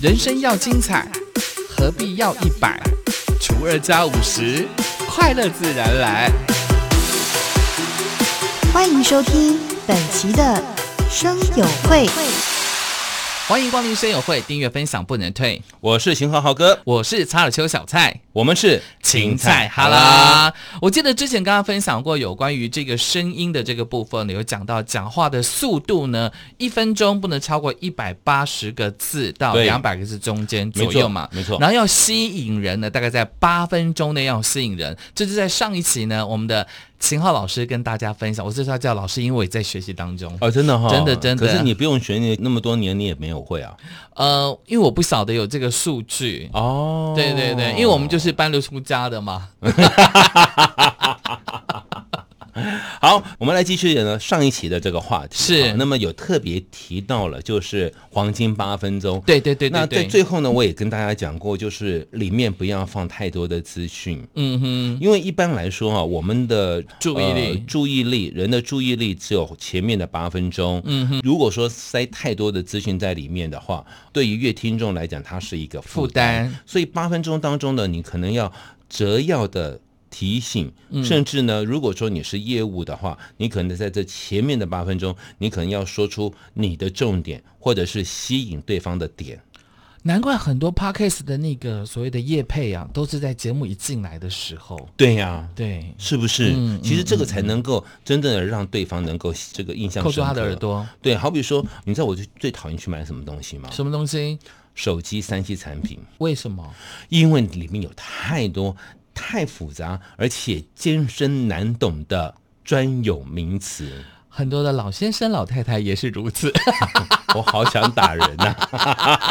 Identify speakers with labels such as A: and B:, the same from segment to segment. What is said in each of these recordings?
A: 人生要精彩，何必要一百除二加五十？快乐自然来。
B: 欢迎收听本期的生友会，
A: 欢迎光临声友会，订阅分享不能退。
C: 我是邢浩浩哥，
A: 我是查尔丘小蔡。
C: 我们是
A: 芹菜哈啦！我记得之前刚刚分享过有关于这个声音的这个部分呢，有讲到讲话的速度呢，一分钟不能超过一百八十个字到
C: 对
A: 两百个字中间左右嘛，
C: 没错没错
A: 然后要吸引人呢，大概在八分钟内要吸引人，这就在上一期呢，我们的秦昊老师跟大家分享，我这是要叫老师，因为我也在学习当中。
C: 哦，真的哈、
A: 真的真的
C: 可是你不用学，你那么多年你也没有会啊。
A: 呃，因为我不晓得有这个数据。
C: 哦
A: 对对对，因为我们就是半路出家的嘛。
C: 好，我们来继续呢上一期的这个话题。啊
A: 是
C: 好那么有特别提到了，就是黄金八分钟。
A: 对对对对
C: 那在
A: 对，
C: 最后呢，我也跟大家讲过，就是里面不要放太多的资讯，
A: 嗯哼，
C: 因为一般来说啊，我们的
A: 注意力
C: 呃注意力，人的注意力只有前面的八分钟。嗯哼，如果说塞太多的资讯在里面的话，对于乐听众来讲，它是一个
A: 负
C: 负担。
A: 担。
C: 所以八分钟当中呢，你可能要折要的提醒，甚至呢，如果说你是业务的话，你可能在这前面的八分钟，你可能要说出你的重点，或者是吸引对方的点。
A: 难怪很多 podcast 的那个所谓的业配啊，都是在节目一进来的时候。
C: 对呀、
A: 对，
C: 是不是？
A: 嗯
C: 其实这个才能够真正的让对方能够这个印象
A: 扣
C: 深
A: 住
C: 刻。
A: 他的耳。朵，
C: 对，好比说，你知道我最最讨厌去买什么东西吗？
A: 什么东西？
C: 手机三 C 产品，
A: 为什么？
C: 因为里面有太多太复杂而且艰深难懂的专有名词，
A: 很多的老先生、老太太也是如此。
C: 我好想打人呐、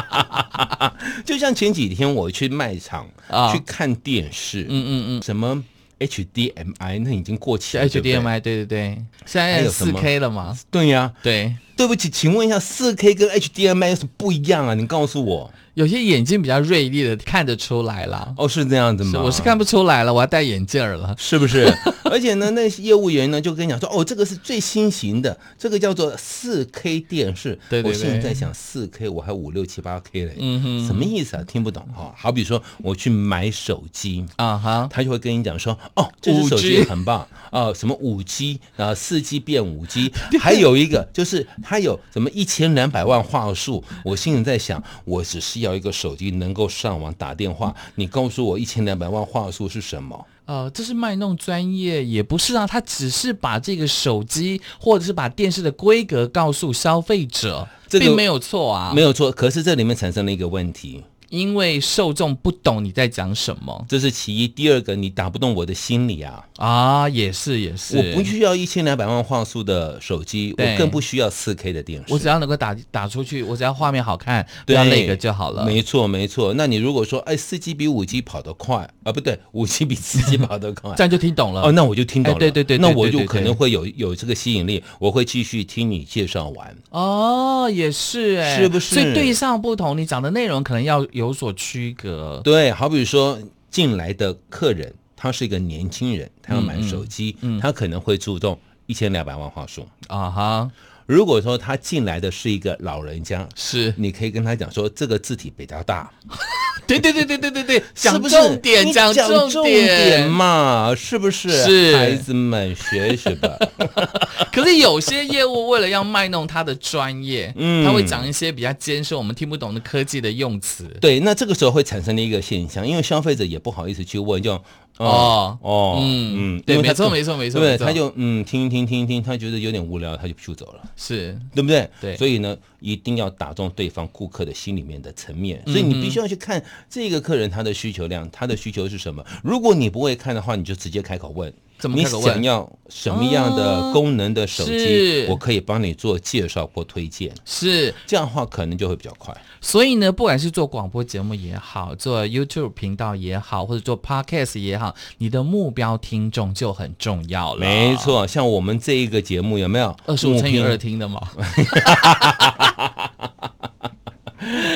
C: 就像前几天我去卖场、
A: 啊
C: 去看电视， 嗯嗯嗯，什么 HDMI 那已经过期
A: 是
C: 了对不对
A: HDMI，对对对，现
C: 还
A: 在
C: 有什
A: 四
C: 么
A: K 了嘛？
C: 对呀、
A: 对，
C: 对不起，请问一下，四 K 跟 HDMI 有什么不一样啊？你告诉我，
A: 有些眼睛比较锐利的看得出来啦。
C: 哦，是这样子
A: 是
C: 吗？
A: 我是看不出来了，我要戴眼镜儿了。
C: 是不 是？而且呢，那些业务员呢就跟你讲说，哦，这个是最新型的，这个叫做四 K 电视。
A: 对对
C: 我
A: 对
C: 现在想四 K，我还五六七八 K 嘞，
A: 嗯哼
C: 什么意思啊？听不懂哈、好比说我去买手机。
A: 啊哈，
C: 他就会跟你讲说，哦，这只手
A: 5G
C: 机很棒啊、什么五 G 啊，四 G 变五 G，还有一个就是它有什么一千两百万话术。我心里在想，我只是要一个手机能够上网打电话，你告诉我一千两百万话术是什么？
A: 呃，这是卖弄专业，也不是啊，他只是把这个手机或者是把电视的规格告诉消费者，
C: 这个
A: 并没有错啊，
C: 没有错，可是这里面产生了一个问题，
A: 因为受众不懂你在讲什么
C: 这是其一。第二个，你打不动我的心理啊！
A: 啊，也是也是，
C: 我不需要一千两百万画素的手机，
A: 对
C: 我更不需要四 K 的电视。
A: 我只要能够打打出去，我只要画面好看，不
C: 对
A: 要那个就好了。
C: 没错，没错。那你如果说，哎，四 G 比五 G 跑得快啊，不对， 五 G 比四 G 跑得快
A: 这，样就听懂了。
C: 哦，那我就听懂
A: 哎
C: 了。
A: 对对对对
C: 那我
A: 对对
C: 就
A: 对
C: 可能会有有这个吸引力，我会继续听你介绍完。
A: 哦，也是哎、
C: 是不是
A: 所以对象不同，你讲的内容可能要有所区隔。
C: 对，好比说进来的客人，他是一个年轻人，他要买手机，
A: 嗯
C: 他可能会注重一千两百万画素。
A: 啊哈，
C: 如果说他进来的是一个老人家，
A: 是
C: 你可以跟他讲说这个字体比较大，
A: 对对对对对对对，讲
C: 是不是
A: 重点，
C: 你
A: 讲
C: 讲
A: 重
C: 点。嘛，是不是？
A: 是
C: 孩子们学学 吧。
A: 可是有些业务为了要卖弄他的专业，嗯，
C: 嗯
A: 他会讲一些比较艰深、我们听不懂的科技的用词。
C: 对，那这个时候会产生了一个现象，因为消费者也不好意思去问，就
A: 哦
C: 哦
A: 嗯对
C: 因为他
A: 没错没错没错
C: 对
A: 没
C: 不
A: 错
C: 对，他就嗯听听听听，他觉得有点无聊，他就就走了。
A: 是，
C: 对不对？
A: 对
C: 所以呢，一定要打中对方顾客的心里面的层面，
A: 嗯
C: 所以你必须要去看这个客人他的需求量，他的需求是什么。如果你不会看的话，你就直接开口问，
A: 怎么
C: 你
A: 开口问哦
C: 想要什么样的功能的手机，
A: 是
C: 我可以帮你做介绍或推荐。
A: 是，
C: 这样的话可能就会比较快。
A: 所以呢，不管是做广播节目也好，做 YouTube 频道也好，或者做 Podcast 也好，你的目标听众就很重要了。
C: 没，错，像我们这一个节目有没有嗯
A: 二十五乘以
C: 目
A: 二
C: 标
A: 听的嘛。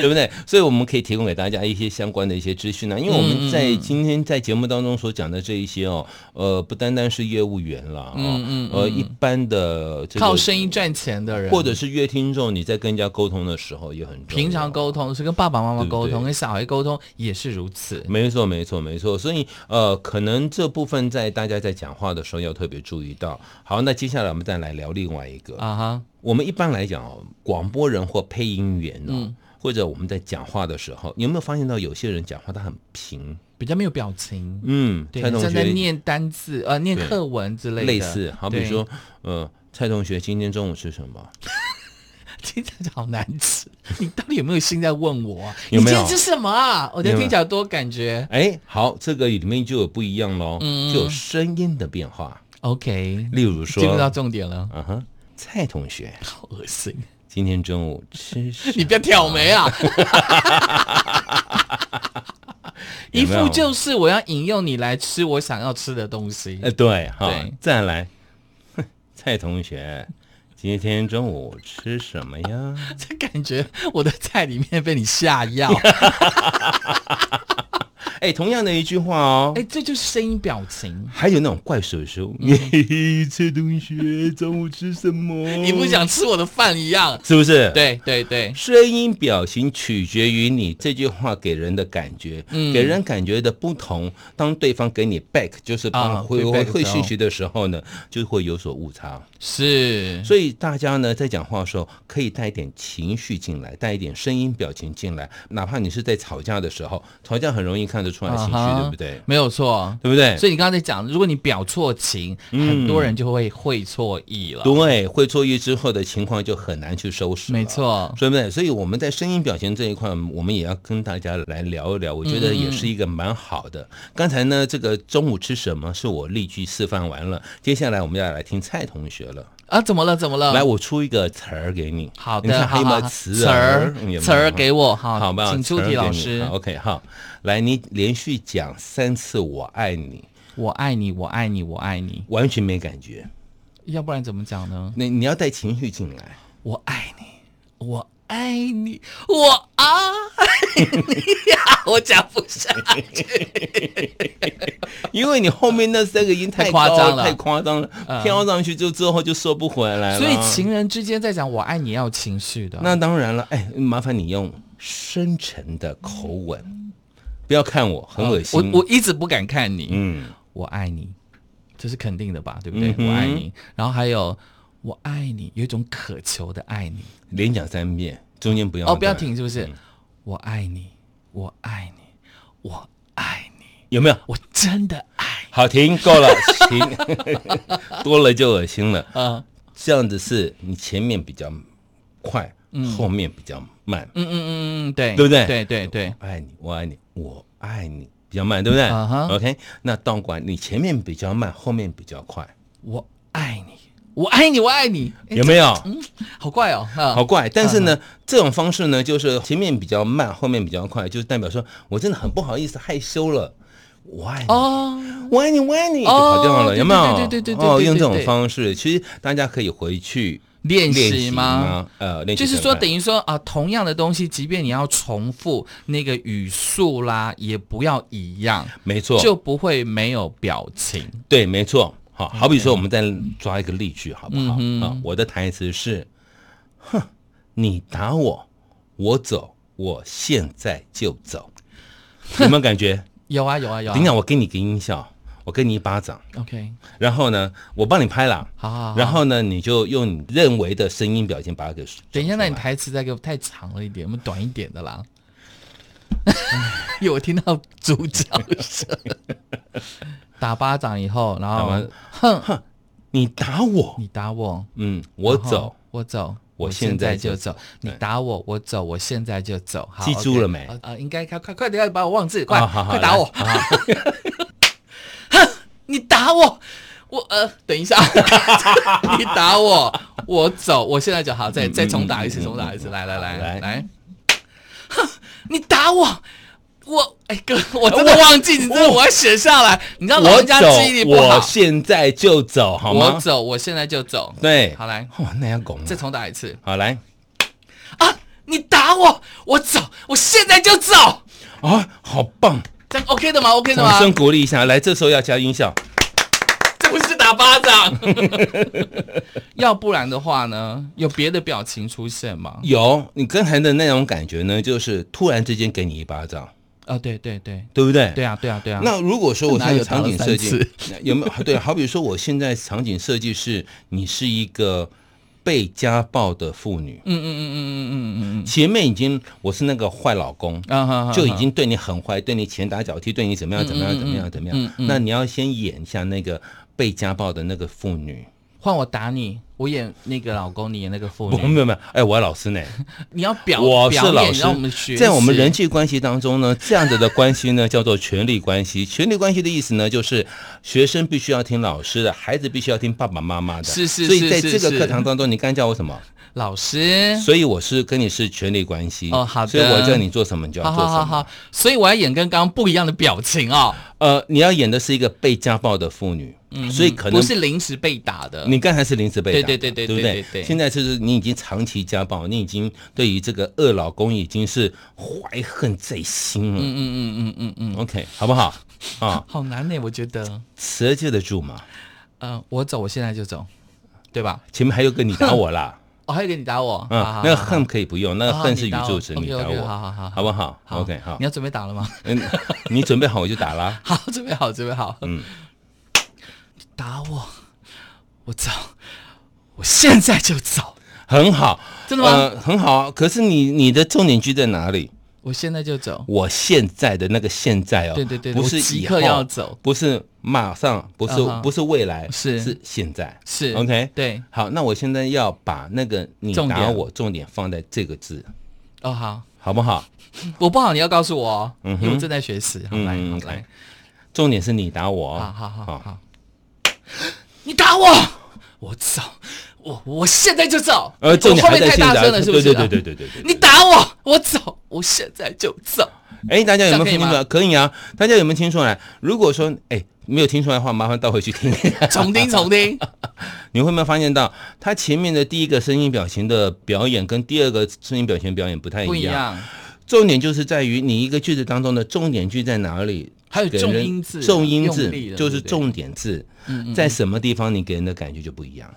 C: 对不对？所以我们可以提供给大家一些相关的一些资讯呢、啊
A: 嗯
C: 因为我们在今天在节目当中所讲的这一些哦，呃，不单单是业务员啦，哦、
A: 嗯嗯
C: 呃，一般的这 个
A: 靠声音赚钱的人，
C: 或者是乐听众，你在跟人家沟通的时候也很重要
A: 平常沟通是跟爸爸妈妈
C: 对不
A: 沟通，
C: 对
A: 跟小孩沟通也是如此。
C: 没错，没错，没错。所以呃，可能这部分在大家在讲话的时候要特别注意到。好，那接下来我们再来聊另外一个。
A: 啊哈，
C: 我们一般来讲哦，广播人或配音员哦，
A: 嗯
C: 或者我们在讲话的时候，你有没有发现到有些人讲话他很平？
A: 比较没有表情，
C: 嗯，
A: 对，
C: 蔡同
A: 像在
C: 学
A: 念单字呃念
C: 对
A: 课文之类的，
C: 类似，好比
A: 对
C: 说，呃，蔡同学今天中午吃什么？
A: 听起来就好难吃。你到底有没有心在问我啊？
C: 有没有
A: 你今天吃什么啊？我觉得
C: 有
A: 听
C: 没有
A: 起来多感觉。
C: 哎，好，这个里面就有不一样喽，
A: 嗯
C: 就有声音的变化。
A: OK，
C: 例如
A: 进入到
C: 说，
A: 重点了，
C: 嗯哼，蔡同学
A: 好恶心！
C: 今天中午吃什
A: 你不要挑眉啊！ 一
C: 有啊没有
A: 副就是我要引诱你来吃我想要吃的东西。
C: 呃，对哈
A: 对，
C: 再来，蔡同学，今天中午吃什么呀？
A: 这感觉我的菜里面被你下药。
C: 哎，同样的一句话哦
A: 哎，，这就是声音表情。
C: 还有那种怪叔叔，
A: 嗯
C: 嘿嘿，蔡同学中午吃什么？
A: 你不想吃我的饭一样。
C: 是不是？。
A: 对对对，
C: 声音表情取决于你这句话给人的感觉，
A: 嗯
C: 给人感觉的不同。当对方给你 back，就是帮
A: 啊
C: 回
A: 对
C: 回
A: back
C: 回
A: 的时候
C: 讯息的时候呢，就会有所误差。
A: 是
C: 所以大家呢在讲话的时候，可以带一点情绪进来，带一点声音、表情进来。哪怕你是在吵架的时候，吵架很容易看得出来情绪，
A: 啊哈
C: 对不对？
A: 没有错。
C: 对不对？
A: 所以你刚才讲，如果你表错情，
C: 嗯
A: 很多人就会会错意了。
C: 对，会错意之后的情况就很难去收拾。
A: 没，错，
C: 对不对？所以我们在声音表情这一块，我们也要跟大家来聊一聊。我觉
A: 嗯
C: 得也是一个蛮好的。刚才呢，这个中午吃什么是我例句示范完了，接下来我们要来听蔡同学了。
A: 啊，怎么了？怎么了？
C: 来，我出一个词儿给你。
A: 好
C: 你
A: 的，
C: 看还
A: 好
C: 有没有
A: 好
C: 词儿？嗯有没有
A: 词儿给我，好，
C: 好吧，
A: 请出
C: 词儿
A: 题老
C: 给你
A: 师
C: 好。OK，好，来，你连续讲三次“我爱你
A: 我爱你，我爱你，我爱你”，，
C: 完全没感觉。
A: 要不然怎么讲呢？
C: 那你要带情绪进 来，
A: 我爱你，我爱你，我啊爱你呀！ 我讲不下去，
C: 因为你后面那三个音
A: 太
C: 太
A: 夸
C: 高
A: 张了嗯
C: 太夸张了，飘上去就之后就收不回来了。
A: 所以情人之间在讲我爱你要有情绪的。
C: 那当然了，哎，麻烦你用深沉的口吻，不要看我，很恶心。
A: 哦我我一直不敢看你。
C: 嗯，
A: 我爱你，这是肯定的吧？对不对？
C: 嗯哼
A: 我爱你，然后还有我爱你，有一种渴求的爱你。
C: 连讲三遍，中间不要
A: 哦，不要
C: 断
A: 停，，是不是？我爱你，我爱你，我爱你，
C: 有没有？
A: 我真的爱
C: 好，停，够了，停， 多了就恶心了。
A: 啊！
C: 这样子是你前面比较快，后面比较慢。
A: 嗯嗯嗯嗯，对，
C: 对不对
A: 嗯对对对，
C: 爱你，我爱你，我爱你，比较慢，对不对、
A: 啊哈
C: o k 那倒过来，你前面比较慢，后面比较快，
A: 我爱你，我爱你，我爱你，哎
C: 有没有？
A: 好怪哦，啊
C: 好怪，但是呢，这种方式呢，就是前面比较慢，后面比较快，就是代表说我真的很不好意思，害羞了，我爱你，
A: 哦。
C: 我爱你，我爱你，就
A: 哦
C: 跑掉了，
A: 对
C: 有没有？
A: 对对对对对
C: 哦，
A: 对
C: 用这
A: 对
C: 种
A: 对
C: 方式，其实大家可以回去
A: 练习
C: 习
A: 吗？
C: 呃，练习
A: 就是
C: 看
A: 说，
C: 看
A: 等于说啊、同样的东西，即便你要重复那个语速啦，也不要一样，
C: 没错，
A: 就不会没有表情。
C: 对，没错。好，好比说，我们再抓一个例句，好不好？
A: 嗯哼
C: 啊，我的台词是：哼，你打我，我走，我现在就走。 有没有感觉？
A: 有啊有啊有啊。
C: 等一下，我给你个音效，我给你一巴掌，
A: OK，
C: 然后呢，我帮你拍了，
A: 好好好。
C: 然后呢，你就用你认为的声音表情把它给。
A: 等一下，那你。台词再给我太长了一点，我们短一点的啦。 因为我听到主角声， 打巴掌以后，然
C: 打
A: 后
C: 完
A: 哼，
C: 你打我，
A: 你打我，
C: 嗯，我
A: 然后
C: 走。，
A: 我走。
C: 我
A: 现
C: 现在
A: 就
C: 就
A: 走
C: 走，
A: 你
C: 对
A: 打我，我走，我现在就走。好
C: 记住
A: OK
C: 了没
A: 啊、啊应该快快快点，要把我忘记，快、
C: 啊好好
A: 快打
C: 来
A: 我！ 你打我，我呃，等一下， 你打我，我走，我现在就好，
C: 嗯
A: 再再重打一次，重打一次，来来来
C: 来
A: 来，你打我，我哎哥，我真的忘记你这个，我要写下来，你知道老
C: 我
A: 人家
C: 走
A: 记忆力，不
C: 我
A: 好，
C: 现在就走，好
A: 我
C: 吗？
A: 走，我现在就走，
C: 对，
A: 好来，
C: 哇，那要拱啊。
A: 再重打一次，
C: 好来，
A: 啊你打我，我走，我现在就走。
C: 啊，好棒！
A: 这样 OK 的吗？OK 的
C: 掌
A: 吗？
C: 声鼓励一下，来，这时候要加音效。
A: 这不是打巴掌。 要不然的话呢，有别的表情出现吗？
C: 有你刚才的那种感觉呢，就是突然之间给你一巴掌，
A: 啊、对对对，
C: 对不对？
A: 对啊对啊对啊。
C: 那如果说我
A: 哪
C: 现
A: 有
C: 在场景
A: 打了
C: 设
A: 三
C: 计
A: 次
C: 有没有对？好比说我现在场景设计是你是一个被家暴的妇女，
A: 嗯嗯嗯嗯嗯嗯嗯嗯
C: 前面已经我是那个坏老公，
A: 嗯啊哈，哈
C: 就已经对你很坏，对你拳打脚踢，对你怎么样怎么样怎么样怎
A: 嗯
C: 么样
A: 嗯。嗯
C: 那你要先演一下那个被家暴的那个妇女，
A: 换我打你，我演那个老公，你演那个妇
C: 不
A: 女，
C: 没有没有，哎，我老师呢？
A: 你要表
C: 我是
A: 表演，
C: 老师，
A: 让我们学习，
C: 在我们人际关系当中呢，这样子的关系呢叫做权力关系。权力关系的意思呢，就是学生必须要听老师的，孩子必须要听爸爸妈妈的。
A: 是是
C: 所
A: 是
C: 以在
A: 是
C: 这个
A: 是
C: 课堂当中，你刚才叫我什么？
A: 老师。
C: 所以我是跟你是权力关系。
A: 哦好的
C: 所以我叫你做什么，你就要
A: 好
C: 做什
A: 好
C: 么。
A: 好好，所以我要演跟刚刚不一样的表情哦，
C: 呃，你要演的是一个被家暴的妇女，所以可能
A: 嗯不是临时被打的。
C: 你刚才是临时被打
A: 对
C: 的，
A: 对对对
C: 对不
A: 对对对
C: 现在就是你已经长期家暴，你已经对于这个恶老公已经是怀恨在心了。
A: 嗯嗯嗯嗯嗯嗯，
C: OK，好不好？啊，
A: 好难呢，我觉得。
C: 持得接得住嘛。
A: 嗯，我走，我现在就走，对吧？
C: 前面还有个你打 我啦，
A: 哦，还有一个你打我，好好
C: 啊
A: 好，
C: 那个恨可以不用，那个
A: 好
C: 恨是
A: 你
C: 宇
A: 打
C: 宙
A: 我
C: 词，你
A: OK，OK，
C: 打我，
A: 好好好
C: 好不好？OK，好
A: 你，要准备打了吗？
C: 嗯，你准备好我就打啦。
A: 好，准备好，准备好。
C: 嗯，
A: 打我，我走，我现在就走，
C: 很好，
A: 真的吗
C: 呃很好啊，可是你你的重点居在哪里？
A: 我现在就走。
C: 我现在的那个现在哦，
A: 对对对
C: 不
A: 我
C: 是
A: 即
C: 以
A: 刻
C: 后
A: 要走，
C: 不是马上，不是
A: 嗯哼
C: 不是未来，
A: 是
C: 是现在，
A: 是
C: OK。
A: 对，
C: 好，那我现在要把那个你
A: 重
C: 打
A: 点
C: 我重点放在这个字，
A: 哦好，
C: 好不好？
A: 我不好你要告诉我哦，
C: 嗯哼
A: 因为我正在学习。好来
C: 嗯
A: 好
C: 来
A: 来，
C: 重点是你打我哦，
A: 好好好好， 你打我，我走，我我现在就走。
C: 呃，重点
A: 我
C: 还
A: 哎后面太
C: 在现
A: 大
C: 在，
A: 声了，是不是？啊
C: 对对对对对对 对。
A: 你打我，我走，我现在就走。
C: 哎，大家有没
A: 这样
C: 有
A: 可以
C: 听出来？可以啊，大家有没有听出来？如果说哎没有听出来的话，麻烦倒回去听。
A: 重听重 听，
C: 你会没有发现到，他前面的第一个声音表情的表演跟第二个声音表情表演不太
A: 不
C: 一
A: 一
C: 样。
A: 样。
C: 重点就是在于你一个句子当中的重点句在哪里。
A: 还有
C: 给人
A: 呃重音字啊
C: 重音
A: 用力
C: 字
A: 的
C: 就
A: 对不对
C: 是
A: 嗯
C: 重点字，在什么地方你给人的感觉就不一样。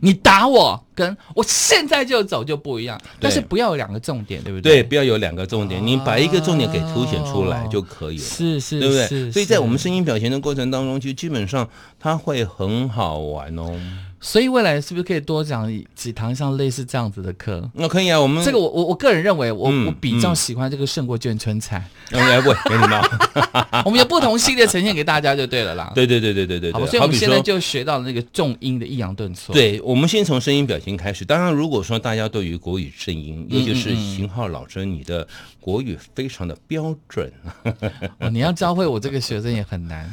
A: 你打我，跟我现在就走就不一样。但是不要有两个重点，对不
C: 对，
A: 对？
C: 不要有两个重点，你把一个重点给凸显出来
A: 哦
C: 就可以了。
A: 是是，
C: 对不对？
A: 是
C: 所以在我们
A: 是
C: 声音表情的过程当中，其实基本上它会很好玩哦。
A: 所以未来是不是可以多讲几堂像类似这样子的课？
C: 那可以啊，我们
A: 这个我我我个人认为我，我、
C: 嗯
A: 比较喜欢这个胜过卷春菜，
C: 嗯哎喂，没礼貌。
A: 我们有不同系列呈现给大家就对了啦。
C: 对对对对对对
A: 好吧，
C: 对，
A: 所以我们
C: 比
A: 现在
C: 说。
A: 就学到了那个重音的抑扬顿挫。，
C: 对，我们先从声音表情开始。当然，如果说大家对于国语声音，
A: 嗯
C: 尤其是邢浩老师，你的国语非常的标准，
A: 哦、你要教会我这个学生也很难，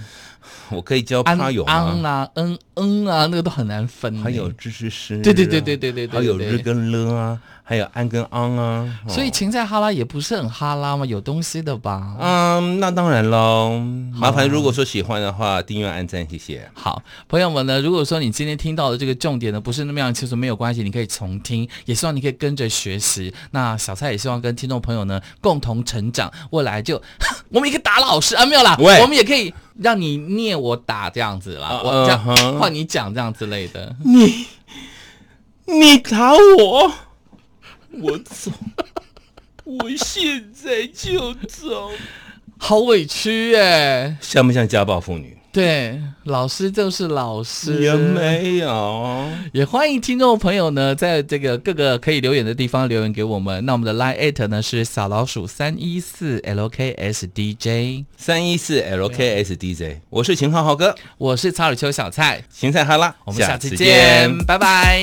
C: 我可以教
A: 安
C: 趴友
A: 安
C: 吗？
A: 啦、嗯嗯啊，那个都很难分呢。
C: 还有知识诗，啊
A: 对对对对对对对对
C: 还有日跟了啊，还有安跟昂啊，哦
A: 所以芹菜哈拉也不是很哈拉嘛，有东西的吧？
C: 嗯，那当然
A: 啊
C: 喽。麻烦如果说喜欢的话，订阅、按赞，谢谢。
A: 好，朋友们呢，如果说你今天听到的这个重点呢不是那么样清楚，没有关系，你可以重听，也希望你可以跟着学习。那小蔡也希望跟听众朋友呢共同成长， 未来就我们也可以打老师啊，没有啦，
C: 喂
A: 我们也可以让你念我打这样子啦，
C: 啊
A: 我这样、
C: 嗯哼
A: 换你讲这样之类的。
C: 你你打我，我走，我现在就走。
A: 好委屈耶、
C: 像不像家暴妇女？
A: 对，老师就是老师，
C: 也没有。
A: 也欢迎听众朋友呢，在这个各个可以留言的地方留言给我们。那我们的 Line at 呢是小老鼠三一四 LKSDJ，
C: 三一四 LKSDJ，我是秦浩浩哥，
A: 我是曹尔秋小蔡，
C: 芹菜哈拉，
A: 我们下次见，拜拜。